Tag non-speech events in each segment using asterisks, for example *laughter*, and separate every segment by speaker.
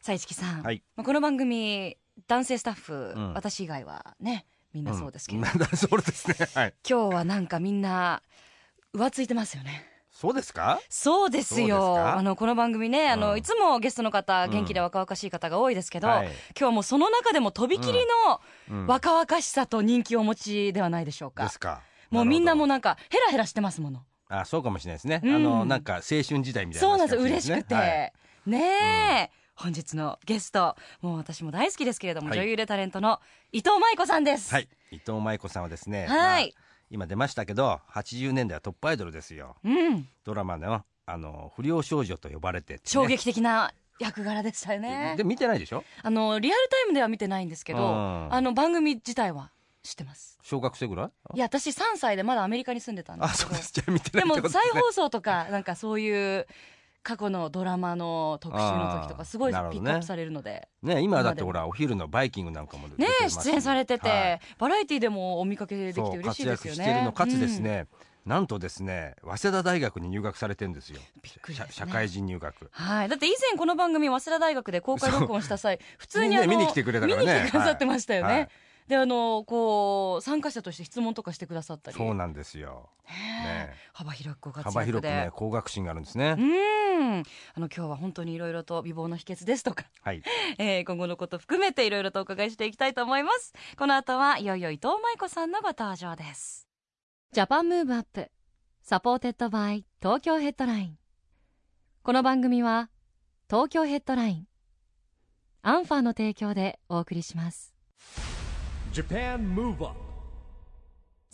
Speaker 1: さあ、市木さん、
Speaker 2: はい
Speaker 1: まあこの番組、男性スタッフ、
Speaker 2: うん
Speaker 1: 私以外はね、みんなそうですけど、
Speaker 2: うん *laughs* そうです
Speaker 1: *laughs*
Speaker 2: ねはい
Speaker 1: 今日はなんかみんな、浮ついてますよね。
Speaker 2: そうですか
Speaker 1: そうです
Speaker 2: そう
Speaker 1: よ。
Speaker 2: ですか
Speaker 1: あの、この番組ね、あの、
Speaker 2: うん
Speaker 1: いつもゲストの方、
Speaker 2: うん
Speaker 1: 元気で若々しい方が多いですけど、
Speaker 2: はい
Speaker 1: 今日もその中でもとびきりの
Speaker 2: うん
Speaker 1: 若々しさと人気をお持ちではないでしょうか。
Speaker 2: ですか
Speaker 1: もうみんなもう
Speaker 2: る
Speaker 1: なんかヘラヘラしてますもの。
Speaker 2: ほどあそうかもしれないですね、
Speaker 1: うん
Speaker 2: あのなんか青春時代みたいな
Speaker 1: そうな
Speaker 2: 話
Speaker 1: んです
Speaker 2: かもれ
Speaker 1: 嬉し
Speaker 2: な
Speaker 1: く
Speaker 2: い
Speaker 1: て、
Speaker 2: ね
Speaker 1: ねえ、本日のゲストもう私も大好きですけれども、
Speaker 2: はい
Speaker 1: 女優でタレントの伊藤舞子さんです。
Speaker 2: はい、はい、伊藤舞子さんはですね
Speaker 1: はい
Speaker 2: まあ今出ましたけど80年代はトップアイドルですよ
Speaker 1: うん、
Speaker 2: ドラマのあの不良少女と呼ばれてってね
Speaker 1: 衝撃的な役柄でしたよね
Speaker 2: で。見てないでしょ
Speaker 1: あのリアルタイムでは見てないんですけど、
Speaker 2: うん
Speaker 1: あの番組自体は知ってます。
Speaker 2: 小学生ぐらい
Speaker 1: いや私3歳でまだアメリカに住んでたんで
Speaker 2: あ
Speaker 1: す
Speaker 2: そう
Speaker 1: けど
Speaker 2: で。すじゃあ見てない
Speaker 1: で
Speaker 2: って
Speaker 1: も
Speaker 2: ことです
Speaker 1: 再
Speaker 2: ね
Speaker 1: 放送とかなんかそういう過去のドラマの特集の時とかすごいピ
Speaker 2: あーなるほど
Speaker 1: ッ
Speaker 2: ね
Speaker 1: クアップされるので。
Speaker 2: ね今だってほらお昼の「バイキング」なんかも出て
Speaker 1: ね
Speaker 2: ますし
Speaker 1: 出演されてて、
Speaker 2: はい
Speaker 1: バラエティでもお見かけできて
Speaker 2: そう
Speaker 1: 嬉しいですよね
Speaker 2: 活躍してるのかつですね、なんとですね早稲田大学に入学されてんですよ
Speaker 1: びっくりですね
Speaker 2: 社社会人入学
Speaker 1: うんはい、だって以前この番組早稲田大学で公開録音し
Speaker 2: *laughs*
Speaker 1: た際普通に
Speaker 2: みん
Speaker 1: あ
Speaker 2: な
Speaker 1: の
Speaker 2: 見に来てくれたからね
Speaker 1: 見に来てくださってましたよね、
Speaker 2: はい
Speaker 1: であのこう参加者として質問とかしてくださったり
Speaker 2: そうなんですよね
Speaker 1: ねえ幅広くご活躍で
Speaker 2: 幅広くね高学心があるんですね、
Speaker 1: うんあの今日は本当にいろいろと美貌の秘訣ですとか、
Speaker 2: はい
Speaker 1: えー今後のこと含めていろいろとお伺いしていきたいと思いますこの後はいよいよ伊藤舞子さんのご登場ですジャパンムーブアップサポーテッドバイ東京ヘッドラインこの番組は東京ヘッドラインアンファーの提供でお送りします
Speaker 3: JAPAN MOVE UP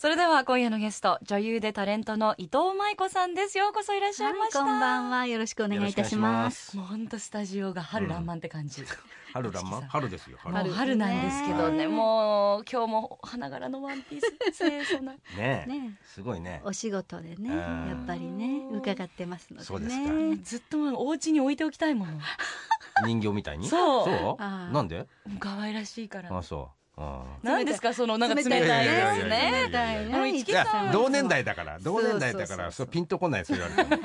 Speaker 1: それでは今夜のゲスト女優でタレントの伊藤舞子さんですようこそいらっしゃいました、
Speaker 4: はい、こんばんはよろしくお願いいたします
Speaker 2: よ
Speaker 1: もうほんとスタジオが春らんまんって感じ、
Speaker 2: ろしくお願いします春らんまん春ですよ春
Speaker 1: もう春なんですけどね、
Speaker 4: 春
Speaker 1: もう今日も花柄のワンピー *laughs* ス清楚な
Speaker 2: ね
Speaker 4: ね
Speaker 2: すごいね
Speaker 4: お仕事でね
Speaker 2: うん
Speaker 4: やっぱりね伺ってますのでね
Speaker 2: そうですか
Speaker 1: *laughs* ずっともうお家に置いておきたいもの *laughs*
Speaker 2: 人形みたいに
Speaker 1: そう
Speaker 2: そう
Speaker 4: あー
Speaker 2: なんで
Speaker 1: 可愛らしいから
Speaker 2: あそううん
Speaker 1: 何ですかそのなんか冷
Speaker 4: 冷
Speaker 1: た
Speaker 4: た
Speaker 1: い
Speaker 4: い
Speaker 1: で
Speaker 4: ね
Speaker 1: す
Speaker 2: いやいやいやいや
Speaker 1: ね
Speaker 4: 冷たい
Speaker 1: あの
Speaker 4: ね
Speaker 1: 一木
Speaker 2: い
Speaker 1: さん
Speaker 2: や同年代だから同年代だ
Speaker 4: そう
Speaker 2: か
Speaker 4: そうそうそ
Speaker 2: ら
Speaker 4: う
Speaker 2: そうピンとこないですよ言われても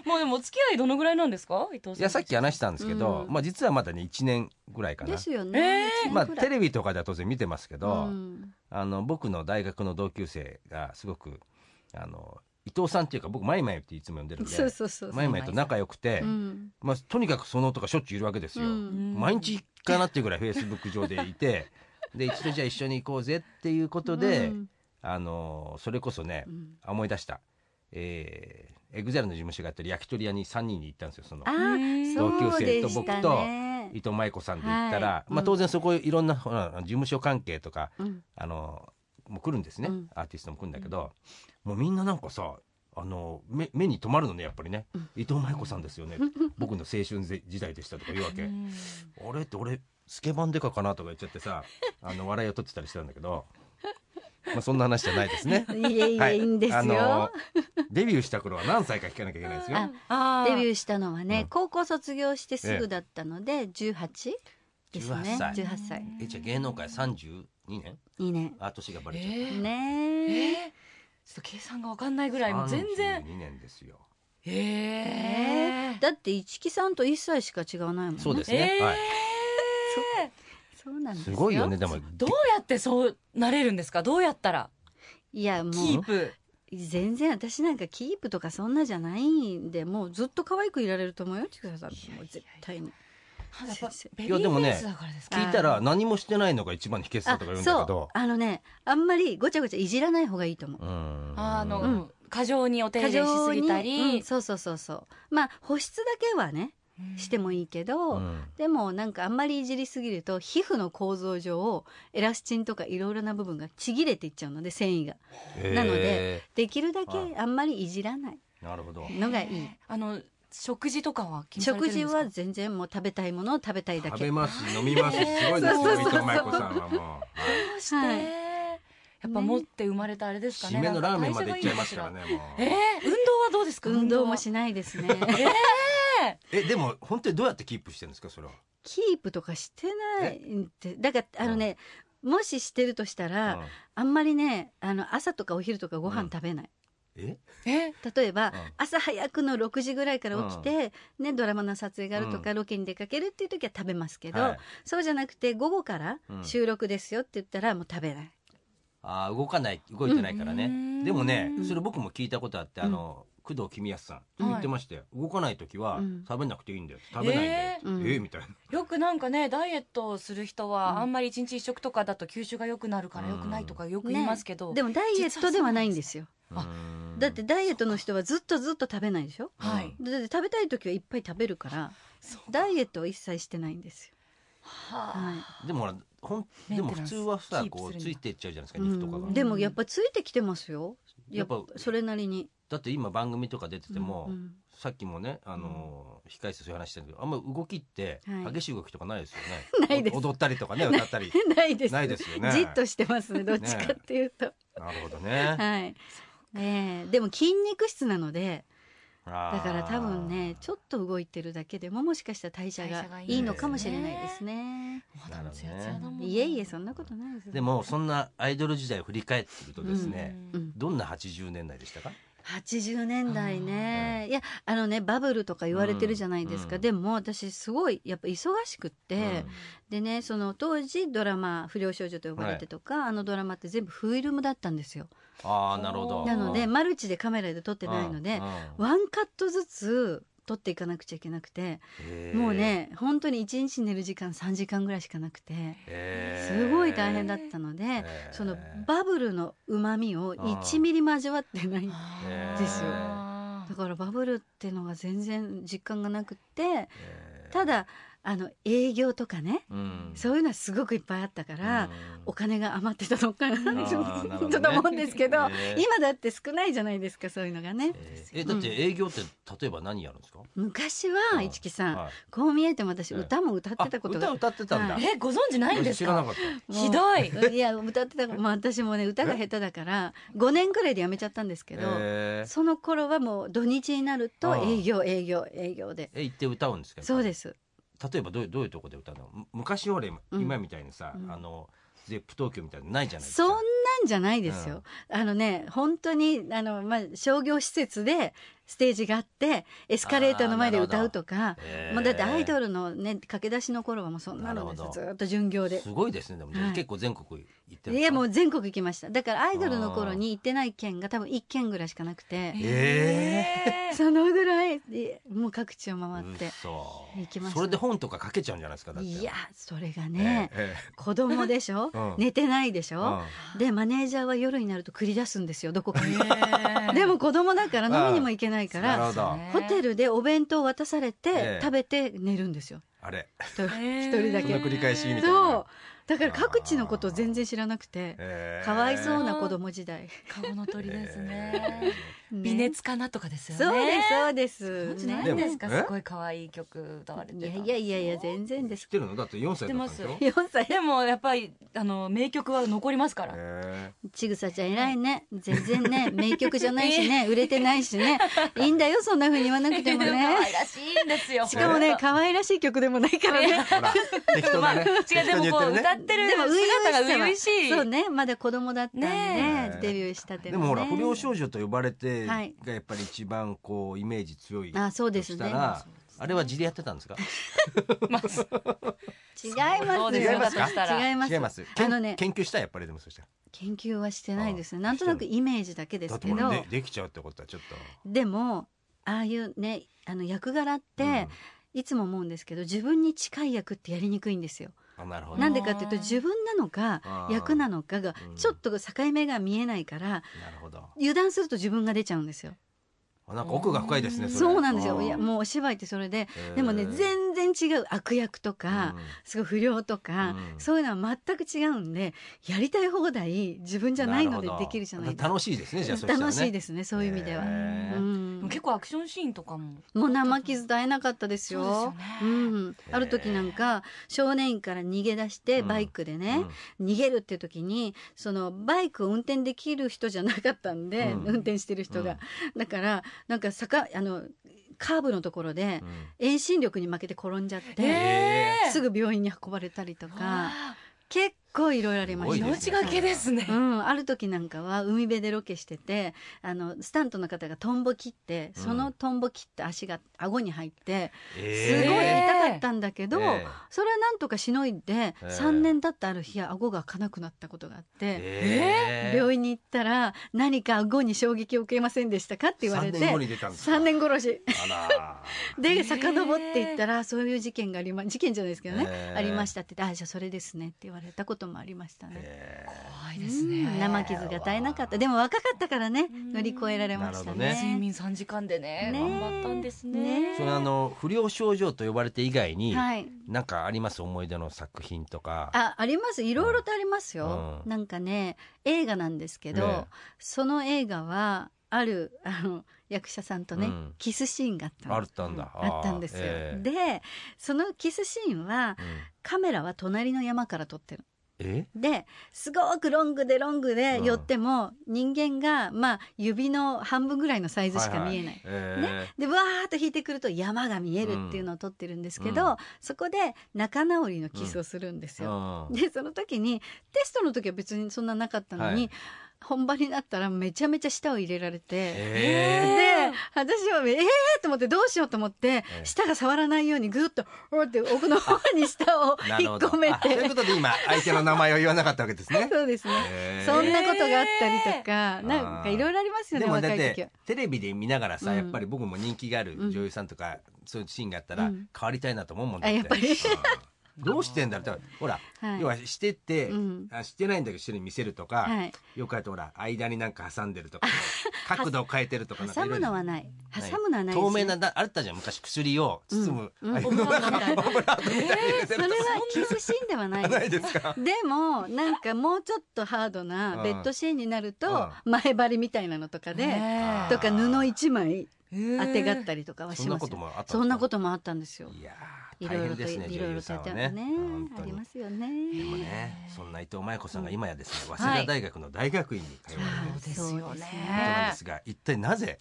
Speaker 4: *laughs*
Speaker 1: もうでもお付き合いどのぐらいなんですか伊藤さん
Speaker 2: いやさっき話したんですけど、
Speaker 4: うん
Speaker 2: まあ実はまだね1年ぐらいかな
Speaker 4: で。すよね、
Speaker 1: えー
Speaker 2: まあテレビとかでは当然見てますけど、
Speaker 4: うん
Speaker 2: あの僕の大学の同級生がすごくあの伊藤さんっていうか僕マイマイっていつも呼んでるんで
Speaker 4: そうそうそう
Speaker 2: マイマイと仲良くて、
Speaker 4: うん
Speaker 2: まあ、とにかくその音がしょっちゅういるわけですよ。
Speaker 4: うん
Speaker 2: 毎日かなっていうぐらいフェイスブック上でいてで一度じゃあ一緒に行こうぜっていうことで、
Speaker 4: うん
Speaker 2: あのそれこそね
Speaker 4: うん
Speaker 2: あ思い出した、えー、エグザイルの事務所がやってる焼き鳥屋に3人で行ったんですよその
Speaker 4: あ
Speaker 1: うん
Speaker 4: ー
Speaker 2: 同級生と僕と
Speaker 4: そうでしたね
Speaker 2: 伊藤舞子さんで行ったら、
Speaker 4: はい
Speaker 2: ま
Speaker 4: う
Speaker 2: あ、
Speaker 4: ん
Speaker 2: 当然そこいろんなほら事務所関係とか
Speaker 4: うん
Speaker 2: あのもう来るんですね、
Speaker 4: うん
Speaker 2: アーティストも来るんだけど、もうみんななんかさあの目目に留まるのねやっぱりね、
Speaker 4: うん
Speaker 2: 伊藤舞子さんですよ
Speaker 4: *laughs*
Speaker 2: ね僕の青春ぜ時代でしたとか言うわけ、
Speaker 1: うん
Speaker 2: あれって俺スケバンデカかなとか言っちゃってさあの笑いを取ってたりしてたんだけど、まあ、そんな話じゃないですね。
Speaker 4: い
Speaker 2: *laughs*
Speaker 4: えいえいいんですよ、
Speaker 2: あ *laughs* のデビューした頃は何歳か聞かなきゃいけないですよ。
Speaker 4: あ
Speaker 1: あ
Speaker 4: デビュ
Speaker 1: ー
Speaker 4: ーしたのはね、
Speaker 2: うん
Speaker 4: 高校卒業してすぐだったので18です
Speaker 2: 18
Speaker 4: ね
Speaker 2: 歳
Speaker 4: 18歳
Speaker 2: えじゃあ芸能界32年
Speaker 4: 2年
Speaker 2: あ年がバ
Speaker 1: え
Speaker 2: レちゃった。
Speaker 1: ーえ
Speaker 4: ね
Speaker 1: ーちょっと計算がわかんないぐらいもう全然
Speaker 2: 32年ですよ。
Speaker 1: え
Speaker 4: え
Speaker 1: ー
Speaker 4: だって一木さんと1歳しか違わないもんね
Speaker 2: そうですね。
Speaker 1: えー
Speaker 2: はい。
Speaker 4: そうなんです
Speaker 2: す
Speaker 4: よ
Speaker 2: ごいよね。でも
Speaker 1: どうやってそうなれるんですかどうやったら
Speaker 4: いやもう
Speaker 1: キープ
Speaker 4: 全然私なんかキープとかそんなじゃないんでもうずっと可愛くいられると思うよちくささんもう絶対に
Speaker 1: やっぱベ
Speaker 2: い
Speaker 1: ビ
Speaker 2: や
Speaker 1: ー
Speaker 2: でも
Speaker 1: フ
Speaker 2: ね
Speaker 1: ェイスだからですか
Speaker 2: 聞いたら何もしてないのが一番の秘訣だとか言うんだけ
Speaker 4: そ
Speaker 2: ど。
Speaker 4: うあのねあんまりごちゃごちゃいじらない方がいいと思う
Speaker 2: うーん
Speaker 1: あの、
Speaker 4: うん
Speaker 1: 過剰にお手入れしすぎたり、
Speaker 4: うんそうそうそうそうまあ保湿だけはねしてもいいけど、
Speaker 2: うん
Speaker 4: でもなんかあんまりいじりすぎると皮膚の構造上エラスチンとかいろいろな部分がちぎれていっちゃうので繊維が
Speaker 2: へー
Speaker 4: なのでできるだ
Speaker 2: はい
Speaker 4: けあんまりいじらない
Speaker 2: なるほど。
Speaker 4: のがいい
Speaker 1: あの食事とかは気にされてるん
Speaker 4: 食
Speaker 1: で
Speaker 4: 事
Speaker 1: すか
Speaker 4: は全然もう食べたいものを食べたいだ
Speaker 5: 食
Speaker 4: け
Speaker 5: べます飲みますすごいです
Speaker 4: そうそうそう
Speaker 5: よ伊藤舞子さんはもうは
Speaker 1: どうして、
Speaker 4: はい
Speaker 1: やっぱ持って生まれたあれで
Speaker 5: い
Speaker 1: すかね
Speaker 5: 締めのラーメンまでいっちゃいますから
Speaker 1: ね
Speaker 5: ね
Speaker 1: えー、
Speaker 5: もう
Speaker 1: 運動はどうですか
Speaker 4: 運動も
Speaker 1: な
Speaker 4: しないですね
Speaker 1: *laughs*
Speaker 2: えでも本当にどうやってキープしてるんですかそれは、
Speaker 4: キープとかしてないってだからあのね、もししてるとしたら、
Speaker 2: うん
Speaker 4: あんまりねあの朝とかお昼とかご飯食べない、
Speaker 2: え
Speaker 1: え
Speaker 4: 例えば、
Speaker 2: ん
Speaker 4: 朝早くの6時ぐらいから起きて、ね、ドラマの撮影があるとか、ロケに出かけるっていう時は食べますけど、
Speaker 2: はい
Speaker 4: そうじゃなくて午後から
Speaker 2: うん
Speaker 4: 収録ですよって言ったらもう食べない、
Speaker 2: あー動かない動いてないからね、
Speaker 1: うん
Speaker 2: でもね
Speaker 1: うん
Speaker 2: それ僕も聞いたことあって、あの工藤公康さん
Speaker 1: はい
Speaker 2: 言ってましたよ、動かない時は
Speaker 4: うん
Speaker 2: 食べなくていいんだよ食べないんだよ、
Speaker 1: え
Speaker 2: え
Speaker 4: ーうん
Speaker 2: えみたいな
Speaker 1: よくなんかねダイエットをする人は、
Speaker 4: うん
Speaker 1: あんまり一日一食とかだと吸収が良くなるから良くないとかよく言いますけど、
Speaker 4: でもダイエットではないんですよ
Speaker 1: あ
Speaker 2: うん
Speaker 4: だってダイエットの人はずっとずっと食べないでしょ
Speaker 1: はい、
Speaker 4: だって食べたい時はいっぱい食べるから
Speaker 1: そう
Speaker 4: ダイエットは一切してないんですよ、
Speaker 1: はあ
Speaker 4: はい
Speaker 2: でもほらほん
Speaker 1: メ
Speaker 2: で
Speaker 1: ンテナン
Speaker 2: も
Speaker 1: ス
Speaker 2: 普通はさ
Speaker 1: キープ
Speaker 2: こ
Speaker 1: す
Speaker 2: う
Speaker 1: る
Speaker 2: ん
Speaker 1: だ
Speaker 2: ついてっちゃうじゃないですか
Speaker 4: う
Speaker 2: 肉とかが、
Speaker 4: ん、でもやっぱついてきてますよや
Speaker 2: や
Speaker 4: っ
Speaker 2: っ
Speaker 4: ぱ
Speaker 2: ぱ
Speaker 4: それなりに
Speaker 2: だって今番組とか出てても、
Speaker 4: うん *laughs*
Speaker 2: さっきもね、あのー控え室そういう話してるけどあんま動きって
Speaker 4: はい
Speaker 2: 激しい動きとかないですよね、
Speaker 4: *laughs* ないです
Speaker 2: お踊ったりとかね歌ったり
Speaker 4: *laughs* ないです
Speaker 2: ないですよね
Speaker 4: じっとしてますねどっちかっていうと、
Speaker 2: なるほどね
Speaker 4: はい。ねえ、でも筋肉質なので、だ
Speaker 2: だ
Speaker 4: から多分ね、ちょ
Speaker 2: っ
Speaker 4: っと動いてるだけでももしかしたら代謝
Speaker 1: 代謝が
Speaker 4: が
Speaker 1: いい
Speaker 4: いいのかもしれないですね。
Speaker 1: 肌もツヤツヤだもんな、
Speaker 4: いえいえ、そんなことないですよ
Speaker 2: でもそんなアイドル時代を振り返ってみるとですね、
Speaker 1: う
Speaker 4: うんん、
Speaker 2: どんな80年代でしたか
Speaker 4: 80年代ね、いやあのねバブルとか言われてるじゃないですか、
Speaker 2: うん
Speaker 4: でも私すごいやっぱ忙しくって、でねその当時ドラマ「不良少女」と呼ばれてとか、あのドラマって全部フィルムだったんですよ
Speaker 2: ああなるほど
Speaker 4: なのでマルチでカメラで撮ってないのでワンカットずつ撮っていかなくちゃいけなくてもうね本当に一日寝る時間3時間ぐらいしかなくてすごい大変だったので、そのバブルのうまみを1ミリも味わってないですよ
Speaker 1: あ
Speaker 4: だ
Speaker 1: ー
Speaker 4: からバブルっていうのが全然実感がなくってただあの営業とかねそういうのはすごくいっぱいあったから、お金が余ってたのかな
Speaker 2: ー
Speaker 4: ちょ
Speaker 2: なるほ
Speaker 4: っ
Speaker 2: ど
Speaker 4: と
Speaker 2: ね
Speaker 4: ちょっと思うんですけど、
Speaker 2: えー
Speaker 4: 今だって少ないじゃないですかそういうのがね。
Speaker 2: えだって営業って例えば何やるんですか
Speaker 4: 昔は
Speaker 2: うん
Speaker 4: 一木さん、
Speaker 2: はい
Speaker 4: こう見えても私
Speaker 2: ええ
Speaker 4: 歌も歌ってたことが
Speaker 2: あ歌歌ってたんだ
Speaker 4: はい
Speaker 1: えご存知ないんです
Speaker 2: 知らな
Speaker 1: か
Speaker 2: かった
Speaker 4: もう
Speaker 1: ひどい
Speaker 4: いや歌ってたまあ私もね歌が下手だから5年くらいでやめちゃったんですけど、
Speaker 2: えー
Speaker 4: その頃はもう土日になると
Speaker 2: ああ
Speaker 4: 営業営業営業で
Speaker 2: え行って歌うんですか
Speaker 4: そうですす
Speaker 2: 例えばどういうどういうとこで歌うのむ昔俺
Speaker 4: うん
Speaker 2: 今みたいにさ
Speaker 4: うん
Speaker 2: あのゼップ東京みたいなのないじゃないです
Speaker 4: そん
Speaker 2: か
Speaker 4: なんじゃないですよ、あのね本当にあの、まあ、商業施設でステージがあってエスカレーターの前で歌うとか
Speaker 2: えー
Speaker 4: まあ、だってアイドルのね駆け出しの頃はもうそんなので
Speaker 2: なるほ
Speaker 4: す
Speaker 2: ど
Speaker 4: ずっと巡業です
Speaker 2: ごいですねでも
Speaker 4: はい
Speaker 2: 結構全国行ってるんですか
Speaker 4: いやもう全国行きましただからアイドルの頃に行ってない県が多分1県ぐらいしかなくて
Speaker 2: え
Speaker 1: ー
Speaker 4: そのぐらいでもう各地を回って
Speaker 2: 嘘
Speaker 4: 行きました
Speaker 2: それで本とか書けちゃうんじゃないですかだって
Speaker 4: いやそれが
Speaker 2: え
Speaker 4: ね、
Speaker 2: え
Speaker 4: 子供でしょ、
Speaker 2: うん
Speaker 4: 寝てないでし
Speaker 2: え
Speaker 4: ょ、でマネージャーは夜になると繰り出すんですよどこかに、
Speaker 1: えー
Speaker 4: *laughs* でも子供だから飲みにも行けないか
Speaker 2: なる
Speaker 4: ら
Speaker 2: ほど
Speaker 4: ホテルでお弁当渡されて、
Speaker 2: ええ
Speaker 4: 食べて寝るんですよ
Speaker 2: あれ
Speaker 4: 一人
Speaker 1: えー
Speaker 4: 一人だ
Speaker 2: そんな繰
Speaker 4: け
Speaker 2: り返しみたいな
Speaker 4: そうだから各地のことを全然知らなくて
Speaker 2: ええ
Speaker 4: かわいそうな子供時代、
Speaker 1: 顔の鳥です
Speaker 2: え
Speaker 1: ね
Speaker 4: ね
Speaker 1: 微熱かなとかですよね
Speaker 4: そうですそ
Speaker 1: ご
Speaker 4: うです
Speaker 1: 存知ない
Speaker 2: で
Speaker 1: ん
Speaker 2: も
Speaker 1: ですか
Speaker 2: え
Speaker 1: すごい可愛い曲歌われて
Speaker 4: い
Speaker 1: た
Speaker 4: やいやいやいや全然で
Speaker 2: え知
Speaker 4: す
Speaker 2: ってるのだって4歳だったんでし
Speaker 1: 知っ
Speaker 2: ょ
Speaker 1: て
Speaker 4: 4歳
Speaker 1: でもやっぱりあの名曲は残りますから、
Speaker 2: え
Speaker 4: ちぐさちゃん偉いね全然ね名曲じゃないしね売れてないしねいいんだよそんな風に言わ
Speaker 1: *laughs*
Speaker 4: なくても
Speaker 1: 可
Speaker 4: ね
Speaker 1: 愛らしいんですよ
Speaker 4: しかもね
Speaker 1: 本当
Speaker 4: 可愛らしい曲でもないからね
Speaker 2: えほら適当
Speaker 1: まあ
Speaker 4: *laughs*
Speaker 2: だね適
Speaker 1: 違うで
Speaker 2: 当に
Speaker 1: も
Speaker 2: 言って
Speaker 1: こう
Speaker 2: るね
Speaker 1: 歌ってる
Speaker 4: でも初
Speaker 1: 姿が初
Speaker 4: 々
Speaker 1: 々
Speaker 4: し
Speaker 1: し
Speaker 4: さはいそうねまだ子供だったんでね
Speaker 2: ねえ
Speaker 4: デビューしたて
Speaker 2: で
Speaker 4: の
Speaker 2: もほら
Speaker 4: ね
Speaker 2: 不良少女と呼ばれてが
Speaker 4: はい
Speaker 2: やっぱり一番こうイメージ強い
Speaker 4: あそう
Speaker 2: と
Speaker 4: で
Speaker 2: し
Speaker 4: す
Speaker 2: た
Speaker 4: ね
Speaker 2: らあれは字でやってたんです
Speaker 4: *laughs*
Speaker 2: か
Speaker 1: まあそう
Speaker 4: 違います
Speaker 1: そう
Speaker 4: よ
Speaker 1: です
Speaker 2: 違いますか
Speaker 1: だとしたら
Speaker 4: 違います
Speaker 2: 違います
Speaker 4: あのね
Speaker 2: 研究したやっぱりでもそしたら
Speaker 4: 研究はしてないですねなんとなくイメージだけで
Speaker 2: だっ
Speaker 4: す
Speaker 2: て
Speaker 4: け
Speaker 2: ほら
Speaker 4: ど
Speaker 2: でできちゃうってことはちょっと
Speaker 4: でもああいうねあの役柄っ
Speaker 2: うん
Speaker 4: て、いつも思うんですけど自分に近い役ってやりにくいんですよ
Speaker 2: あなるほど
Speaker 4: なんでかっていうと自分なのか
Speaker 2: あー
Speaker 4: 役なのかが
Speaker 2: うん
Speaker 4: ちょっと境目が見えないから
Speaker 2: なるほど
Speaker 4: 油断すると自分が出ちゃうんですよ
Speaker 2: あなんか奥が深いですね。れ
Speaker 4: そうなんですよ
Speaker 2: あ
Speaker 4: いやもうお芝居ってそれで
Speaker 2: へー
Speaker 4: でもね全然違う悪役とか、
Speaker 2: うん
Speaker 4: すごい不良とか、
Speaker 2: うん
Speaker 4: そういうのは全く違うんでやりたい放題自分じゃないのでできるじゃないで
Speaker 2: るほ
Speaker 4: す
Speaker 2: ど楽しいですねじゃあそ
Speaker 4: か
Speaker 2: したらね
Speaker 4: 楽しいですねそういう意味では、
Speaker 2: へー
Speaker 4: うん
Speaker 1: でも結構アクションシーンとかも
Speaker 4: もう生傷絶えなかったですよ
Speaker 1: そうですよね
Speaker 4: うん、ある時なんか少年院から逃げ出して
Speaker 2: うん
Speaker 4: バイクで
Speaker 2: う
Speaker 4: ね
Speaker 2: ん、
Speaker 4: 逃げるっていう時にそのバイクを運転できる人じゃなかったんで、
Speaker 2: うん
Speaker 4: 運転してる人が、だからなんか坂あのカーブのところで
Speaker 2: うん
Speaker 4: 遠心力に負けて転んじゃって、
Speaker 1: えー
Speaker 4: すぐ病院に運ばれたりとか結構いろいろありま
Speaker 2: 多
Speaker 4: し
Speaker 2: い
Speaker 4: た
Speaker 2: で
Speaker 4: ね
Speaker 2: す
Speaker 1: 命がけですね
Speaker 4: う。ん、ある時なんかは海辺でロケしててあのスタントの方がトンボ切って
Speaker 2: うん
Speaker 4: そのトンボ切った足が顎に入って、すごい
Speaker 2: えー
Speaker 4: 痛かったんだけど、
Speaker 2: ええ
Speaker 4: それはなんとかしのいで、
Speaker 2: え
Speaker 4: 3年経ったある日顎が開かなくなったことがあって、
Speaker 2: えー
Speaker 4: 病院に行ったら何か顎に衝撃を受けませんでしたかって言われて
Speaker 5: 三年後に出たんですか
Speaker 4: 3年殺し。
Speaker 5: あら
Speaker 4: で遡っていったらそういう事件がありま事件じゃないですけどね、
Speaker 2: ええ
Speaker 4: ありましたって言ってあじゃあそれですねって言われたこともありましたね。
Speaker 2: え
Speaker 1: 怖いですね。
Speaker 4: うん生傷が絶えなかったでも若かったからね乗り越えられました
Speaker 2: なる
Speaker 4: ね
Speaker 1: 睡眠三時間でね
Speaker 2: ね
Speaker 1: 頑張ったんですね
Speaker 4: ね
Speaker 2: ー。そのあの不良少女と呼ばれて以外に、
Speaker 4: はい
Speaker 2: なんかあります思い出の作品とか。
Speaker 4: あありますいろいろとありますよ、
Speaker 2: うん
Speaker 4: なんかね映画なんですけど、
Speaker 2: ね
Speaker 4: その映画はあるあの役者さんとね、
Speaker 2: うん
Speaker 4: キスシーンがあったの
Speaker 2: あったんだ。
Speaker 4: あったんですよ、
Speaker 2: えー
Speaker 4: でそのキスシーンは
Speaker 2: うん
Speaker 4: カメラは隣の山から撮ってる
Speaker 2: え
Speaker 4: ですごくロングでロングで
Speaker 2: うん
Speaker 4: 寄っても、人間がまあ指の半分ぐらいのサイズしか見えない、
Speaker 2: え
Speaker 4: でわーっと引いてくると山が見えるっていうのを撮ってるんですけ
Speaker 2: う
Speaker 4: ど、
Speaker 2: ん
Speaker 4: そこで仲直りのキスをするんです
Speaker 2: ー
Speaker 4: よ、
Speaker 2: うん
Speaker 4: でその時にテストの時は別にそんななかったのに、
Speaker 2: はい
Speaker 4: 本番になったらめちゃめちゃ舌を入れられて。
Speaker 2: え
Speaker 4: で私はええー、と思ってどうしようと思って
Speaker 2: ええ
Speaker 4: 舌が触らないようにぐっとおーって奥の方に舌を
Speaker 2: *laughs* ーなる
Speaker 4: 引っ
Speaker 2: ほど
Speaker 4: 込め
Speaker 2: あそういう
Speaker 4: て。
Speaker 2: ことで今相手の名前を言わなかったわけですね
Speaker 4: *laughs* そうですね、
Speaker 2: えー
Speaker 4: そんなことがあったりとか、
Speaker 2: え
Speaker 4: なんかいろいろありますよ
Speaker 2: で
Speaker 4: ね
Speaker 2: もだ
Speaker 4: 若
Speaker 2: っ
Speaker 4: い時は
Speaker 2: て。テレビで見ながらさ、
Speaker 4: うん
Speaker 2: やっぱり僕も人気がある
Speaker 4: うん
Speaker 2: 女優さんとか、そういうシーンがあったら、
Speaker 4: うん
Speaker 2: 変わりたいなと思うもんだ
Speaker 4: あ
Speaker 2: って
Speaker 4: やっぱり、
Speaker 2: どうしてんだろうってほら、
Speaker 4: はい
Speaker 2: 要はしてって、
Speaker 4: うん
Speaker 2: あしてないんだけど人に見せるとか、
Speaker 4: はい、
Speaker 2: よくやってほら間になんか挟んでる
Speaker 4: *laughs*
Speaker 2: とか角度を変えてるとかなんか
Speaker 4: 挟むのはいない
Speaker 2: ろいろ
Speaker 4: 挟むのはないです
Speaker 2: 透
Speaker 4: ね
Speaker 2: 明なだあったじゃん昔薬を包む、
Speaker 4: うんうん
Speaker 2: *laughs* ああいうのなんか
Speaker 4: オブラート
Speaker 2: オブラートみたいに入れて
Speaker 4: それ
Speaker 2: る
Speaker 4: は
Speaker 2: とか、
Speaker 4: キスシーンで
Speaker 2: *laughs*
Speaker 4: はない
Speaker 2: ない
Speaker 4: で
Speaker 2: です
Speaker 4: *laughs*
Speaker 2: か
Speaker 4: もなんかもうちょっとハードなベッドシーンになると前張りみたいなのとかで
Speaker 2: あ
Speaker 1: ね
Speaker 2: ー
Speaker 4: とか布一枚当てがっ
Speaker 1: り。
Speaker 4: たりとかは
Speaker 2: そ
Speaker 4: し
Speaker 2: んな
Speaker 4: ます
Speaker 2: こと
Speaker 4: よ
Speaker 2: もあった
Speaker 4: そんなことともあったんですよ
Speaker 2: いやー
Speaker 4: い
Speaker 2: 大
Speaker 4: ろ
Speaker 2: 変
Speaker 4: いろと
Speaker 2: ですね
Speaker 4: い
Speaker 2: 女
Speaker 4: ろい
Speaker 2: 優
Speaker 4: ろ
Speaker 2: さ
Speaker 4: と
Speaker 2: ん
Speaker 4: やっ
Speaker 2: は
Speaker 4: て
Speaker 2: ね
Speaker 4: ね
Speaker 2: 本当
Speaker 4: あり
Speaker 2: に
Speaker 4: ますよね
Speaker 2: でもね、そんな伊藤舞子さんが今やですね、早稲田大学の大学院に通われている
Speaker 1: そうですよね。
Speaker 2: ということなんですが、一体なぜ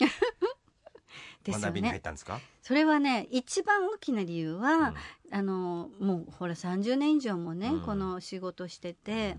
Speaker 4: ですよ
Speaker 2: 学びに入っ
Speaker 4: ね
Speaker 2: たんですか？
Speaker 4: それはね一番大きな理由は、
Speaker 2: うん
Speaker 4: あのもうほら30年以上もね、
Speaker 2: うん
Speaker 4: この仕事してて。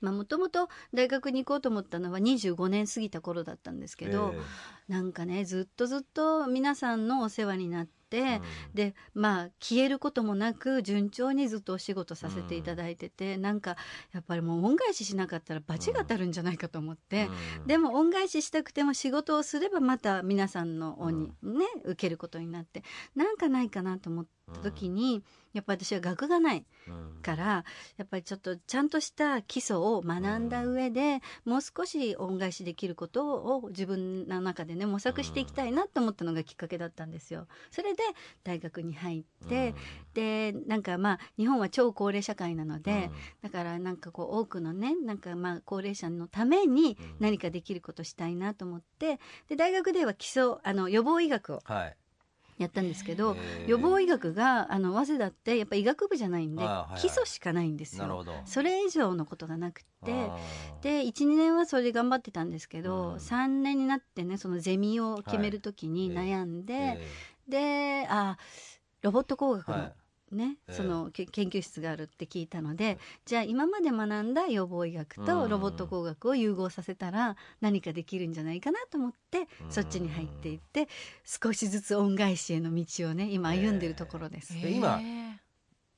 Speaker 4: まあもともと大学に行こうと思ったのは25年過ぎた頃だったんですけど、
Speaker 2: え
Speaker 4: なんかねずっとずっと皆さんのお世話になって、
Speaker 2: え
Speaker 4: でまあ消えることもなく順調にずっとお仕事させていただいてて、なんかやっぱりもう恩返ししなかったら罰が当たるんじゃないかと思って、
Speaker 2: うん
Speaker 4: でも恩返ししたくても仕事をすればまた皆さんの恩にね、受けることになってなんかないかなと思った時に、やっぱり私は学がない
Speaker 2: うん
Speaker 4: からやっぱりちょっとちゃんとした基礎を学んだ上で、もう少し恩返しできることを自分の中でね模索していきたいなと思ったのがきっかけだったんですよ。それで大学に入って、でなんかまあ日本は超高齢社会なので、だからなんかこう多くのねなんかまあ高齢者のために
Speaker 2: うん
Speaker 4: 何かできることしたいなと思ってで大学では基礎あの予防医学を
Speaker 2: うんはい、
Speaker 4: やったんですけど、
Speaker 2: ええ
Speaker 4: 予防医学があの早稲田ってやっぱ医学部じゃないんで、
Speaker 2: ああはいはい
Speaker 4: 基礎しかないんです
Speaker 2: なる
Speaker 4: よ。
Speaker 2: ほど。
Speaker 4: それ以上のことがなくって
Speaker 2: あー、
Speaker 4: で12年はそれで頑張ってたんですけど、
Speaker 2: うん
Speaker 4: 3年になってねそのゼミを決める時に
Speaker 2: はいええ
Speaker 4: 悩んで、
Speaker 2: え
Speaker 4: であロボット工学
Speaker 2: えは
Speaker 4: の
Speaker 2: い
Speaker 4: ね、
Speaker 2: ええ
Speaker 4: そのけ研究室があるって聞いたのでじゃあ今まで学んだ予防医学
Speaker 2: う
Speaker 4: と
Speaker 2: ん
Speaker 4: ロボット工学を融合させたら何かできるんじゃないかなと思って
Speaker 2: うん
Speaker 4: そっちに入っていって少しずつ恩返しへの道をね今歩んでるところです。
Speaker 2: え今
Speaker 1: え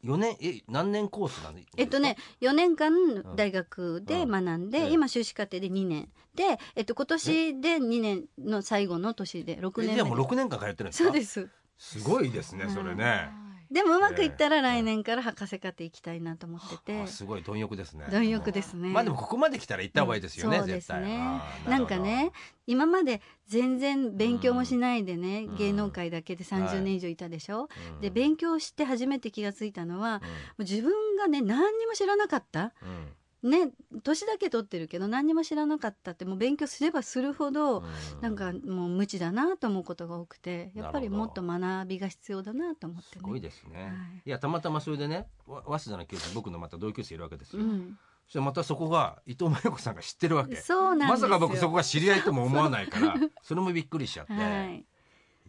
Speaker 2: 四年え何年コースなんですか
Speaker 4: えっとね、4年間大学で学んで、
Speaker 2: うんうん
Speaker 4: 今修士課程で2年で、えっと、今年で2年の最後の年で6
Speaker 2: え
Speaker 4: 年
Speaker 2: じゃあもう
Speaker 4: 目
Speaker 2: 六年間通ってるんです
Speaker 4: そ
Speaker 2: か？
Speaker 4: うです
Speaker 5: すごいですねそれ
Speaker 1: ー
Speaker 5: ね。
Speaker 4: でもうまくいったら来年から博士課程行きたいなと思ってて
Speaker 2: あ、すごい貪欲ですね
Speaker 4: 貪欲ですね。
Speaker 2: まあでもここまで来たら行った方がいいですよね、
Speaker 4: そうで
Speaker 2: 絶
Speaker 4: す
Speaker 2: 対
Speaker 4: ね
Speaker 2: あー
Speaker 4: な
Speaker 2: る
Speaker 4: ん
Speaker 2: ほど
Speaker 4: かね今まで全然勉強もしないでね、
Speaker 2: うん
Speaker 4: 芸能界だけで
Speaker 2: はい
Speaker 4: 30年以上いたでしょ、
Speaker 2: うん
Speaker 4: で勉強して初めて気がついたのはも
Speaker 2: うん
Speaker 4: う自分がね何にも知らなかった
Speaker 2: うん
Speaker 4: ね年だけ取ってるけど何にも知らなかったってもう勉強すればするほど、
Speaker 2: う
Speaker 4: なんかもう無知だなと思うことが多くてやっぱり
Speaker 2: なるほ
Speaker 4: もっ
Speaker 2: ど
Speaker 4: と学びが必要だなと思って、ね、
Speaker 2: すごいですね、
Speaker 4: はい
Speaker 2: い、やたまたまそれでねわ早稲田の教授僕のまた同級生いるわけです
Speaker 4: う
Speaker 2: よ、
Speaker 4: ん、
Speaker 2: そしてまたそこが伊藤真由子さんが知ってるわけ
Speaker 4: そうなん
Speaker 2: ま
Speaker 4: です
Speaker 2: さ
Speaker 4: よ
Speaker 2: か僕そこが知り合いとも思わないからそれもびっくりしちゃって、
Speaker 4: はい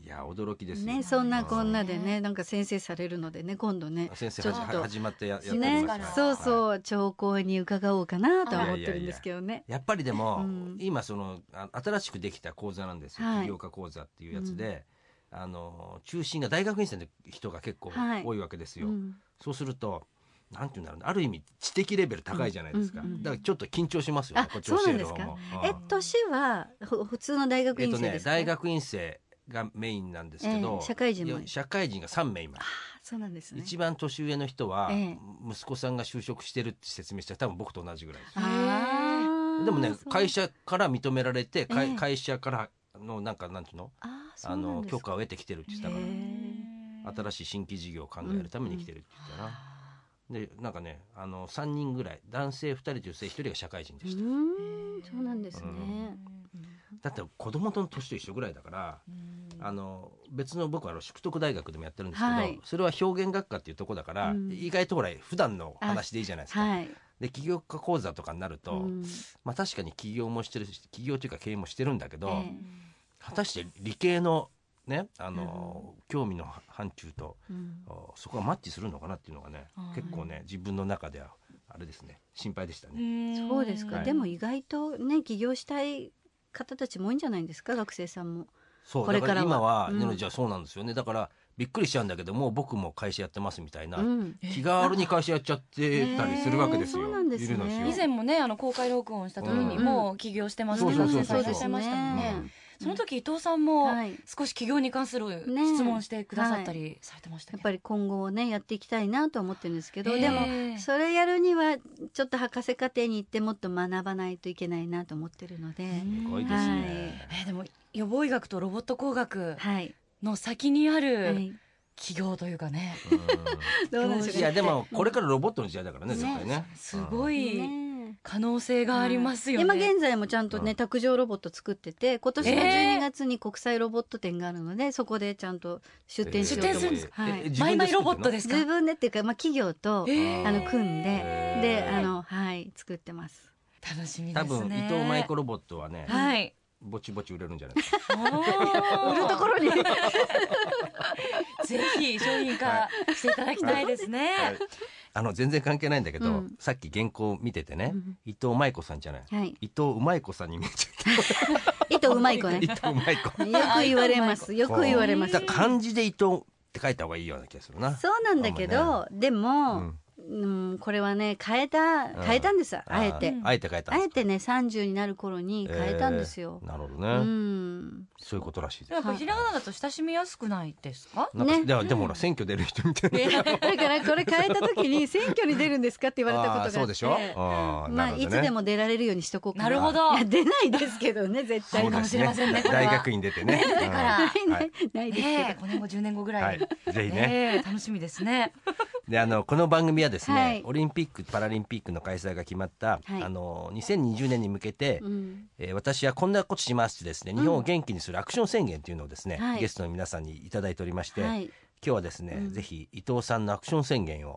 Speaker 2: い、や驚きですよ
Speaker 4: ね、そんなこんなでねなんか先生されるのでね今度ね
Speaker 2: 先生
Speaker 4: ちょ
Speaker 2: は
Speaker 4: っ
Speaker 2: じ
Speaker 4: と
Speaker 2: は始まってややっておりま
Speaker 4: ね
Speaker 2: すから
Speaker 4: そう
Speaker 2: は
Speaker 4: そう長考に伺おうかなとは思ってるんですけどね
Speaker 2: いやっぱりでも、
Speaker 4: うん
Speaker 2: 今そのあ新しくできた講座なんですよ、
Speaker 4: はい
Speaker 2: 起業家講座っていうやつで、あの中心が大学院生の人が結構
Speaker 4: はい
Speaker 2: 多いわけですよ、
Speaker 4: うん
Speaker 2: そうするとなんていうんだろうなある意味知的レベル高いじゃないですか、
Speaker 4: うんうんうん
Speaker 2: だからちょっと緊張しますよね
Speaker 4: あ
Speaker 2: こっち教える方も
Speaker 4: そ。
Speaker 2: うん
Speaker 4: え年はほ普通の大学
Speaker 2: えっ
Speaker 4: 院
Speaker 2: と
Speaker 4: 生
Speaker 2: ね
Speaker 4: ですか、
Speaker 2: 大学院生がメインなんですけど、
Speaker 4: ええ社会人も
Speaker 2: いや社会人が3名今、
Speaker 4: あそうなんですね
Speaker 2: 一番年上の人は、
Speaker 4: ええ
Speaker 2: 息子さんが就職してるって説明したら多分僕と同じぐらいです
Speaker 4: あー
Speaker 2: でもね
Speaker 4: そう
Speaker 2: 会社から認められて、かい
Speaker 4: ええ
Speaker 2: 会社からのなんかなんていうの
Speaker 4: あーそ
Speaker 2: あ
Speaker 4: うなん
Speaker 2: の
Speaker 4: です
Speaker 2: 許可を得てきてるって言ってたか
Speaker 4: へえ
Speaker 2: ら新しい新規事業を考えるために来てるって言ったな、でなんかねあの3人ぐらい男性2人女性1人が社会人で
Speaker 4: う
Speaker 2: した、
Speaker 4: ーんそうなんですね、
Speaker 2: だって子供との年と一緒ぐらいだから、あの別の僕はあの淑徳大学でもやってるんですけど、
Speaker 4: はい
Speaker 2: それは表現学科っていうとこだから、
Speaker 4: うん
Speaker 2: 意外とほら普段の話でいいじゃないですか、
Speaker 4: はい
Speaker 2: で起業家講座とかになると、
Speaker 4: うん
Speaker 2: まあ確かに起業もしてるし起業というか経営もしてるんだけど、
Speaker 4: え
Speaker 2: 果たして理系のねあの、興味の範疇と
Speaker 4: えうん
Speaker 2: おそこがマッチするのかなっていうのがね
Speaker 1: あー
Speaker 2: 結構ね自分の中ではあれですね心配でしたね。
Speaker 4: そうですか、
Speaker 2: はい
Speaker 4: でも意外とね起業したい方たちも多いんじゃないですか学生さんも
Speaker 2: そう
Speaker 4: こ
Speaker 2: だ
Speaker 4: れ
Speaker 2: か
Speaker 4: から
Speaker 2: ら
Speaker 4: は
Speaker 2: 今は、
Speaker 4: うん
Speaker 2: ねじゃあそうなんですよねだからびっくりしちゃうんだけどもう僕も会社やってますみたいな、
Speaker 4: うん
Speaker 2: 気軽に会社やっちゃってたりするわけですよ。
Speaker 4: へーそうなんですね
Speaker 2: いるのよ
Speaker 4: 以
Speaker 1: 以前もねあの公開録音した時に
Speaker 2: うん
Speaker 1: もう起業してます
Speaker 2: そう
Speaker 1: って
Speaker 2: そうそう
Speaker 1: 話されてらっしゃいましたも
Speaker 2: そ
Speaker 1: ん
Speaker 2: うです
Speaker 1: ね
Speaker 2: ね
Speaker 1: その時伊藤さんも
Speaker 4: はい
Speaker 1: 少し起業に関する
Speaker 4: ね
Speaker 1: 質問してくださったりされてましたけ
Speaker 4: やっ
Speaker 1: ど
Speaker 4: ぱり今後ねやっていきたいなとは思ってるんですけど、
Speaker 1: ええ
Speaker 4: でもそれやるにはちょっと博士課程に行ってもっと学ばないといけないなと思ってるので、
Speaker 2: すごいですね。
Speaker 1: えーでも予防医学とロボット工学
Speaker 4: はい、
Speaker 1: の先にあ
Speaker 4: は
Speaker 1: る
Speaker 4: い、
Speaker 1: 起業というかね
Speaker 4: どうな
Speaker 1: は
Speaker 4: んで
Speaker 2: うん
Speaker 4: しょう
Speaker 2: いやでもこれからロボットの時代だからね
Speaker 4: ね
Speaker 2: 絶対ね。
Speaker 1: すごい
Speaker 4: ね
Speaker 1: 可能性がありますよね
Speaker 4: 今現在もちゃんとね、
Speaker 2: うん
Speaker 4: 卓上ロボット作ってて今年の
Speaker 1: ええ
Speaker 4: 12月に国際ロボット展があるので、そこでちゃんと出展しようと思
Speaker 1: 出
Speaker 4: っ
Speaker 1: 展
Speaker 4: て
Speaker 1: するんです
Speaker 4: は
Speaker 2: ええ
Speaker 4: い、
Speaker 2: 自
Speaker 1: マ
Speaker 2: 分
Speaker 1: イマ
Speaker 2: で
Speaker 1: イ
Speaker 2: 作
Speaker 1: ロ
Speaker 2: ってん
Speaker 1: ボッ
Speaker 2: の
Speaker 1: トですか
Speaker 4: 自分でっていうか、まあ、企業と、
Speaker 1: えー
Speaker 4: あの組んで
Speaker 2: へー
Speaker 4: であの、はい、作ってます。
Speaker 1: 楽しみで
Speaker 2: 多
Speaker 1: すね
Speaker 2: 分伊藤舞子ロボットはね、
Speaker 1: はい
Speaker 2: ぼちぼち売れるんじゃないですか。
Speaker 1: 売
Speaker 4: *laughs* 売るところに
Speaker 1: ぜひ商品化していただきたいですね。
Speaker 2: はいあの全然関係ないんだけど、
Speaker 4: うん
Speaker 2: さっき原稿を見ててね、
Speaker 4: うん
Speaker 2: 伊藤舞子さんじゃない。
Speaker 4: はい
Speaker 2: 伊藤うまい子さんに見えち
Speaker 4: 糸うまい
Speaker 2: ゃ
Speaker 4: 子
Speaker 2: った。*laughs* 伊藤う
Speaker 4: ね
Speaker 2: まい子。
Speaker 4: よく言われます。よく言われま
Speaker 2: だ
Speaker 4: す
Speaker 2: から。漢字で伊藤って書いた方がいいような気がするな。
Speaker 4: そうなんだけど、で
Speaker 2: う
Speaker 4: も
Speaker 2: ん、
Speaker 4: うん、これはね、変えた、変えたんです。あえて。
Speaker 2: あえて書いたん
Speaker 4: あ
Speaker 2: です
Speaker 4: え
Speaker 2: か。
Speaker 4: てね、30になる頃に変えたんですよ
Speaker 2: え。ーなるほど
Speaker 4: う
Speaker 2: ね、
Speaker 4: ん。
Speaker 2: そういうことらしいです
Speaker 1: やっぱひらがなだと親しみやすくないですか？
Speaker 2: なんか、
Speaker 4: ね
Speaker 2: でもでもほら選挙出る人みたいな。
Speaker 4: だからこれ変えた
Speaker 2: *laughs*
Speaker 4: 時に選挙に出るんですかって言われたことがあ
Speaker 2: あ
Speaker 4: っ
Speaker 2: ー
Speaker 4: て。
Speaker 2: そうでしょ。あー
Speaker 4: まあ、
Speaker 2: なるほどね
Speaker 4: いつでも出られるようにしとこうかな。
Speaker 1: なるほど
Speaker 4: いや *laughs* 出ないですけどね、絶
Speaker 2: そ
Speaker 4: 対
Speaker 2: う
Speaker 4: な
Speaker 2: で
Speaker 4: い。
Speaker 2: す
Speaker 1: かもしれませんねこれは
Speaker 2: 大学院出てね。
Speaker 1: だから
Speaker 2: うんはい
Speaker 4: *laughs* ないですけ
Speaker 1: ねえ、5年後10年後ぐら
Speaker 2: はいい
Speaker 1: に。、
Speaker 2: ぜひね。
Speaker 1: ねえ、楽しみですね。
Speaker 2: で、あの、この番組はですね、
Speaker 4: はい
Speaker 2: オリンピック・パラリンピックの開催が決まった、
Speaker 4: はい
Speaker 2: あの、2020年に向けて、
Speaker 4: ど。うん。
Speaker 2: えー私はこんなことしますってですね、日本を元気にするアクション宣言というのをですね、
Speaker 4: はい
Speaker 2: ゲストの皆さんにいただいておりまして、
Speaker 4: は
Speaker 2: 今
Speaker 4: い。
Speaker 2: 日はですね、
Speaker 4: うん
Speaker 2: ぜひ伊藤さんのアクション宣言を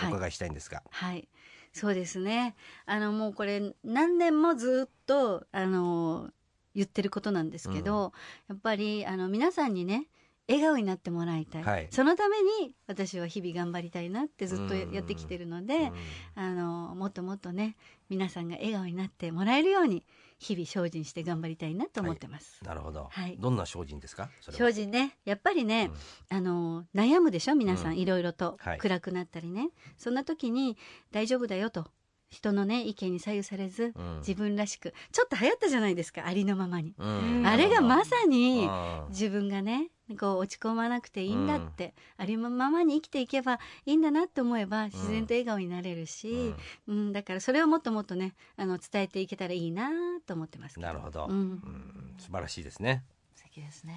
Speaker 2: お
Speaker 4: はい
Speaker 2: 伺いしたいんですが、
Speaker 4: はい。そうですね。あの、もうこれ、何年もずっと、あの、言ってることなんですけど、やっぱり、あの、皆さんにね、笑顔になってもらいたい。
Speaker 2: はい
Speaker 4: そのために、私は日々頑張りたいなってずっと
Speaker 2: う
Speaker 4: や
Speaker 2: ん
Speaker 4: やってきてるの
Speaker 2: う
Speaker 4: で
Speaker 2: ん、
Speaker 4: あの、もっともっとね、皆さんが笑顔になってもらえるように、日々精進して頑張りたいなと思ってます。
Speaker 2: なるほど、
Speaker 4: はい
Speaker 2: どんな精進ですかそれは
Speaker 4: 精進ね、やっぱりね、あの悩むでしょ皆さ
Speaker 2: うん
Speaker 4: んいろいろと、
Speaker 2: はい
Speaker 4: 暗くなったりねそんな時に大丈夫だよと人のね意見に左右されず、
Speaker 2: うん
Speaker 4: 自分らしくちょっと流行ったじゃないですかありのままに、
Speaker 2: うん
Speaker 4: あれがま
Speaker 2: さ
Speaker 4: さに自分がねこう落ち込まなくていいんだって、ありのままに生きていけばいいんだなって思えば自然と笑顔になれるし、うんだからそれをもっともっとねあの伝えていけたらいいなと思ってますけど
Speaker 2: なるほど、
Speaker 4: うん
Speaker 2: うん素晴らしいですね
Speaker 1: 素敵ですね。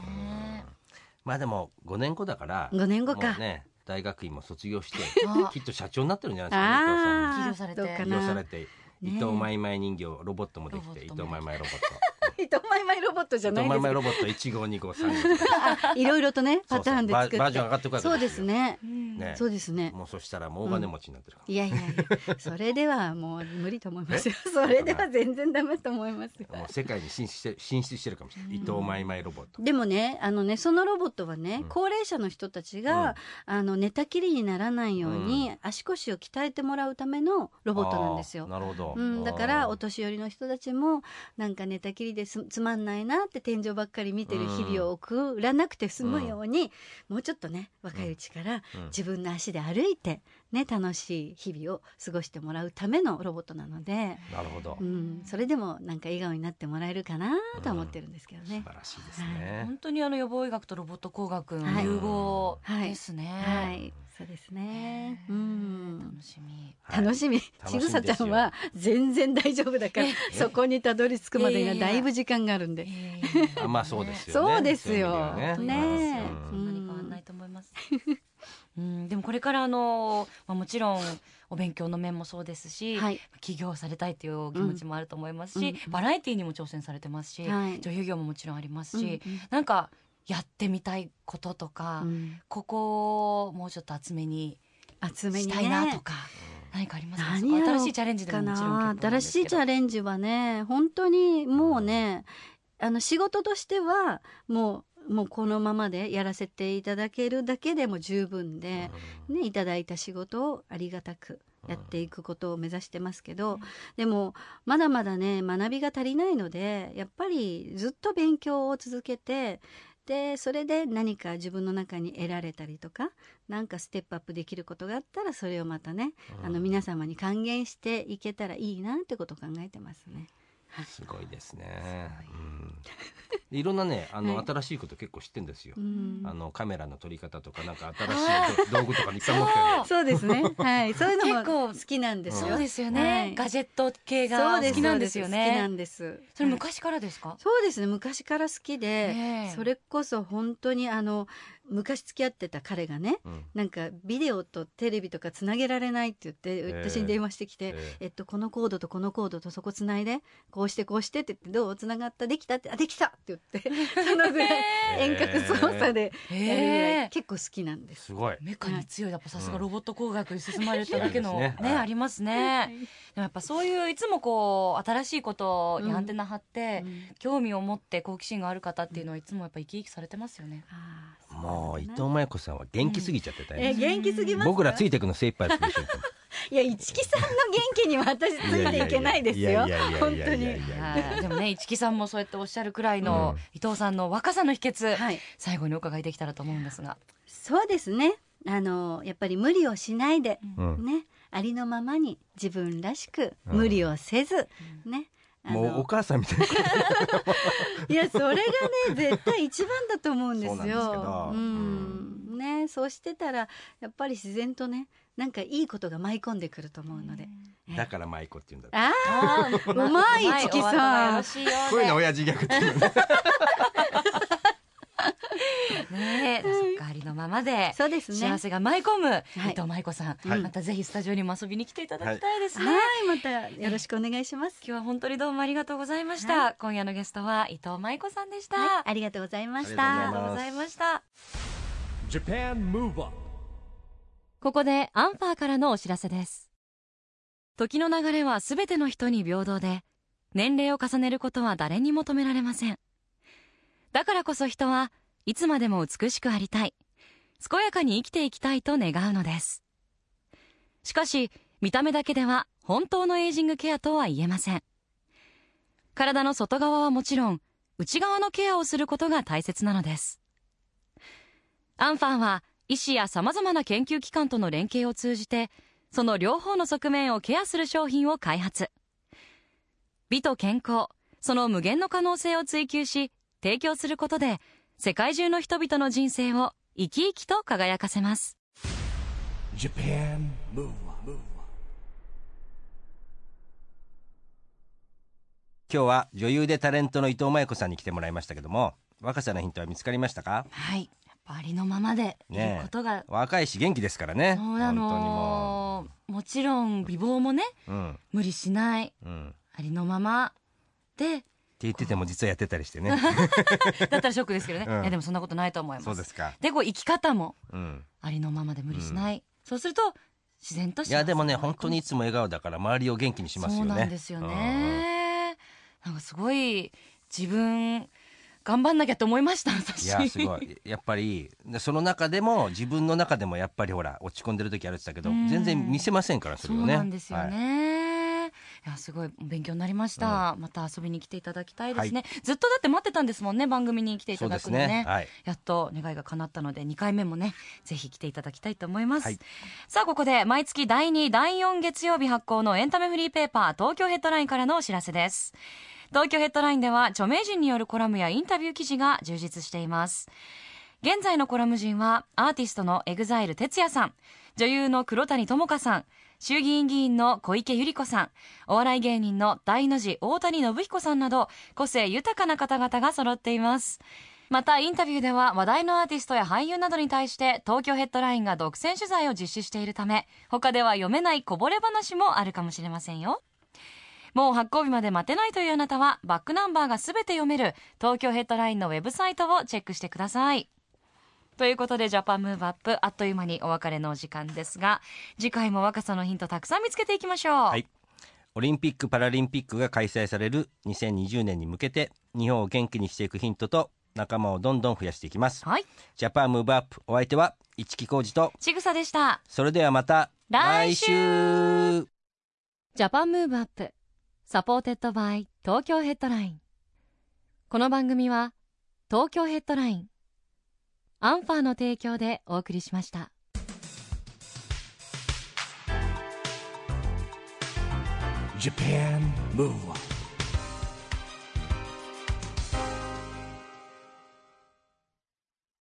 Speaker 2: まあでも5年後だから
Speaker 4: 5年後
Speaker 2: も
Speaker 4: か
Speaker 2: うね大学院も卒業
Speaker 4: *laughs*
Speaker 2: して
Speaker 1: あ
Speaker 2: きっと社長になってるんじゃない
Speaker 4: あ
Speaker 1: 起業されて
Speaker 4: どうか
Speaker 2: ですかねお父さん起業さ
Speaker 4: な
Speaker 2: れて
Speaker 4: え
Speaker 2: 伊藤マイマイ人形ロボットもでき
Speaker 1: ロボットもで
Speaker 2: て
Speaker 1: き
Speaker 2: 伊
Speaker 1: て
Speaker 2: 藤マイマイロボット
Speaker 4: 伊藤マイマイロボットじゃ
Speaker 2: 伊
Speaker 4: な
Speaker 2: 藤
Speaker 4: い
Speaker 2: マ
Speaker 4: で
Speaker 2: イ
Speaker 4: す
Speaker 2: マイ
Speaker 4: け
Speaker 2: ロボット1号2号3号
Speaker 4: *laughs* どいろいろとねパターンで
Speaker 2: そうそ
Speaker 4: 作っ
Speaker 2: う
Speaker 4: て
Speaker 2: ババージョン上がってくわけですよ
Speaker 4: そうですね
Speaker 1: うん
Speaker 2: ね
Speaker 4: そうですね
Speaker 2: もうそしたらもう大金持ちになってるから、
Speaker 4: いやいやい
Speaker 2: *laughs*
Speaker 4: やそれではもう無理と思いますよそれでは全然ダメと思いますよ
Speaker 2: もう世界に進出して進出してるかもしれない伊藤マイマイロボット
Speaker 4: でもねあのねそのロボットはね、
Speaker 2: うん
Speaker 4: 高齢者の人たちが、あの寝たきりにならないように、足腰を鍛えてもらうためのロボットなんです
Speaker 2: あ
Speaker 4: よ
Speaker 2: ー。なるほど、
Speaker 4: うん、だからお
Speaker 2: 音
Speaker 4: 年寄りの人たちもなんか寝たきりですつまんないなって天井ばっかり見てる日々を送らなくて済むように、もうちょっとね若いうちから
Speaker 2: うん
Speaker 4: 自分の足で歩いて、ね、楽しい日々を過ごしてもらうためのロボットなので、
Speaker 2: なるほど、
Speaker 4: うん、それでもなんか笑顔になってもらえるかなとは思ってるんですけどね
Speaker 2: 素。晴らしいですね、
Speaker 1: 本当にあの予防医学とロボット工学の融合
Speaker 4: はい
Speaker 1: ですね。
Speaker 4: はい、そうですね。うん
Speaker 1: 楽。しみ。
Speaker 2: は
Speaker 4: 楽
Speaker 2: い
Speaker 4: しみ。
Speaker 2: 楽し
Speaker 4: ち
Speaker 2: み
Speaker 4: ぐさちゃんは全然大丈夫だから、そこにたどり着くまでにはだいぶ時間があるんで。
Speaker 2: あまあそうですよね
Speaker 4: そうですよ。
Speaker 2: そういう意味ではね
Speaker 4: ね
Speaker 2: う
Speaker 4: え
Speaker 2: ん
Speaker 1: そんなに変わらないと思います。うん、でもこれからあの、まあ、もちろんお勉強の面もそうですし、
Speaker 4: はい。
Speaker 1: 起業されたいというお気持ちもあると思いますし、
Speaker 4: うんうん
Speaker 1: バラエティーにも挑戦されてますし、
Speaker 4: はい
Speaker 1: 女優業ももちろんあります
Speaker 4: うん
Speaker 1: し、なんかやってみたいこととか、
Speaker 4: うん
Speaker 1: ここをもうちょっと厚めに
Speaker 4: 厚め
Speaker 1: し
Speaker 4: に
Speaker 1: たいなと
Speaker 4: ね。
Speaker 1: か、何かありますか
Speaker 4: 何やろう
Speaker 1: 新しいチャレンジでも
Speaker 4: か
Speaker 1: もちろん
Speaker 4: な
Speaker 1: 結構なんで
Speaker 4: 新し
Speaker 1: すけ
Speaker 4: い
Speaker 1: ど
Speaker 4: チャレンジはね、本当にもうね、あの仕事としてはもうもうこのままでやらせていただけるだけでも十分で、ね、いただいた仕事をありがたくやっていくことを目指してますけど、でもまだまだね学びが足りないのでやっぱりずっと勉強を続けてでそれで何か自分の中に得られたりとかなんかステップアップできることがあったらそれをまたね、あの皆様に還元していけたらいいなってことを考えてますね。
Speaker 2: すごいですね。うん、いろんなね、あの、
Speaker 4: はい
Speaker 2: 新しいこと結構知ってんですよ
Speaker 4: う。ん
Speaker 2: あのカメラの撮り方とか、なんか新しいど道具とかいっぱい持ってるんで。
Speaker 4: そうですね。はい、そういうの
Speaker 1: 結構
Speaker 4: も好きなんです
Speaker 1: そ
Speaker 4: よ。
Speaker 1: うですよね、
Speaker 4: はい
Speaker 1: ガジェット系
Speaker 4: そ
Speaker 1: が
Speaker 4: うで
Speaker 1: 好きなんですよ
Speaker 4: 好きな
Speaker 1: ね
Speaker 4: んです。
Speaker 1: それ昔からですか、
Speaker 4: そうですね昔から好きで、
Speaker 1: ええ
Speaker 4: それこそ本当にあの昔付き合ってた彼がね
Speaker 2: うん
Speaker 4: なんかビデオとテレビとかつなげられないって言って
Speaker 2: え
Speaker 4: 私に電話してきて、
Speaker 2: ええ
Speaker 4: えっと、このコードとこのコードとそこつないでこうしてこうしてって言ってどうつながったできたってあできたって言
Speaker 1: *laughs*
Speaker 4: ってそのぐらい遠隔操作で
Speaker 1: え
Speaker 4: やるぐらい
Speaker 1: え
Speaker 4: 結構好きなんです。
Speaker 2: すごい。
Speaker 1: メカに強いやっぱさすがロボット工学に進まれただけの
Speaker 2: うん
Speaker 1: ね
Speaker 2: そうですねはい
Speaker 1: ありますね。でもやっぱそういういつもこう新しいことにアンテナ張って、
Speaker 4: うん
Speaker 1: 興味を持って好奇心がある方っていうのはいつもやっぱ生き生きされてますよね。
Speaker 4: あー
Speaker 2: もう伊藤
Speaker 4: そう
Speaker 2: 真由子さんは元気すぎちゃってた
Speaker 4: だなえ
Speaker 2: よ。
Speaker 4: 元気すぎますか
Speaker 2: 僕らついていくの精一杯だったでしょうか。
Speaker 4: いや一木さんの元気には私ついていけないですよ
Speaker 2: いやいやいや
Speaker 4: 本
Speaker 2: い
Speaker 4: 当
Speaker 2: やいやいやいやいや
Speaker 4: に。 *laughs*
Speaker 1: はいでもね市木さんもそうやっておっしゃるくらいの
Speaker 2: うん
Speaker 1: 伊藤さんの若さの秘訣、
Speaker 4: はい
Speaker 1: 最後にお伺いできたらと思うんですが。
Speaker 4: そうですね。あのやっぱり無理をしないで、
Speaker 2: うん
Speaker 4: ね、ありのままに自分らしく
Speaker 2: うん
Speaker 4: 無理をせず、ね。あ
Speaker 2: もうお
Speaker 4: の
Speaker 2: 母さんみたいな。
Speaker 4: いやそ
Speaker 2: *laughs*
Speaker 4: れがね絶対一番だと思うんですよ。
Speaker 2: そうなんですけど
Speaker 4: うんね、そうしてたらやっぱり自然とね、なんかいいことが舞い込んでくると思うので。ええ
Speaker 2: だから舞子って言うんだ。
Speaker 4: あ
Speaker 1: あ *laughs*
Speaker 4: うまい市木さん
Speaker 1: しいようで
Speaker 2: こういうの親父ギャグって言うんだ。
Speaker 1: ねえ、そっかありのままで
Speaker 4: あ、。そうですね。は
Speaker 1: 幸せが舞い込む、
Speaker 4: い
Speaker 1: 伊藤舞子さん、
Speaker 2: はい
Speaker 1: またぜひスタジオにも遊びに来ていただきたいですね、
Speaker 4: い、またよろしくお願いします。
Speaker 1: 今日は本当にどうもありがとうございました、今夜のゲストは伊藤舞子さんでした、
Speaker 4: はい、
Speaker 1: あ
Speaker 4: ありがとうございまし
Speaker 2: ありがとうございま
Speaker 1: り。がとうご
Speaker 4: た
Speaker 1: ざいました。
Speaker 3: Japan Move Up
Speaker 1: ここでアンファーからのお知らせです。時の流れはすべての人に平等で、年齢を重ねることは誰にも止められません。だからこそ人はいつまでも美しくありたい、健やかに生きていきたいと願うのです。しかし、見た目だけでは本当のエイジングケアとは言えません。体の外側はもちろん、内側のケアをすることが大切なのです。アンファンは医師や様々な研究機関との連携を通じて、その両方の側面をケアする商品を開発。美と健康、その無限の可能性を追求し、提供することで、世界中の人々の人生を生き生きと輝かせます
Speaker 3: Japan Move Up
Speaker 2: 今日は女優でタレントの伊藤真由子さんに来てもらいましたけども若さのヒントは見つかりましたか
Speaker 1: はいやっぱありのままでいることが、
Speaker 2: 若いし元気ですからね
Speaker 1: そうなのもちろん美貌もね
Speaker 2: 本当にも
Speaker 1: 無理しない
Speaker 2: うんうんって
Speaker 1: ありのままで
Speaker 2: 言ってても実はやってたりしてね
Speaker 1: だったらショックですけどね、
Speaker 2: *laughs* うん
Speaker 1: いやでもそんなことないと思います
Speaker 2: そうですか
Speaker 1: でこう生き方も
Speaker 2: うん
Speaker 1: ありのままで無理しない、そうすると自然と幸
Speaker 2: い
Speaker 1: せに
Speaker 2: やでもね
Speaker 1: なる
Speaker 2: 本当にいつも笑顔だから周りを元気にしますよね
Speaker 1: そうなんですよ
Speaker 2: うんうん
Speaker 1: ね、なんかすごい自分頑張んなきゃと思いました私
Speaker 2: いやすごい *laughs* やっぱりでその中でも自分の中でもやっぱりほら落ち込んでる時あるって言ってたけど
Speaker 1: うん
Speaker 2: 全然見せませんからそ
Speaker 1: そ
Speaker 2: れを
Speaker 1: う
Speaker 2: ね
Speaker 1: なんですよ
Speaker 2: はい
Speaker 1: ね、い、やすごい勉強になりました、また遊びに来ていただきたいですね、ずっとだって待ってたんですもんね番組に来てい
Speaker 2: そ
Speaker 1: た
Speaker 2: うで
Speaker 1: だ
Speaker 2: す
Speaker 1: くのね
Speaker 2: ねはい
Speaker 1: やっと願いが叶ったので2回目もねぜひ来ていただきたいと思います、
Speaker 2: はい
Speaker 1: さあここで毎月第2第4月曜日発行のエンタメフリーペーパー東京ヘッドラインからのお知らせです東京ヘッドラインでは著名人によるコラムやインタビュー記事が充実しています現在のコラム陣はアーティストのエグザイル哲也さん女優の黒谷友香さん衆議院議員の小池百合子さんお笑い芸人の大の字大谷信彦さんなど個性豊かな方々が揃っていますまたインタビューでは話題のアーティストや俳優などに対して東京ヘッドラインが独占取材を実施しているため他では読めないこぼれ話もあるかもしれませんよもう発行日まで待てないというあなたはバックナンバーが全て読める東京ヘッドラインのウェブサイトをチェックしてくださいということでジャパンムーブアップあっという間にお別れのお時間ですが次回も若さのヒントたくさん見つけていきましょう、
Speaker 2: はいオリンピック・パラリンピックが開催される2020年に向けて日本を元気にしていくヒントと仲間をどんどん増やしていきます
Speaker 1: はい、
Speaker 2: ジャパンムーブアップお相手は市木浩二と
Speaker 1: ちぐさでした
Speaker 2: それではまた
Speaker 1: 来週
Speaker 2: 来週
Speaker 1: ジャパンムーブアップサポーテッドバイ東京ヘッドラインこの番組は東京ヘッドラインアンファーの提供でお送りしました。
Speaker 3: Japan Move Up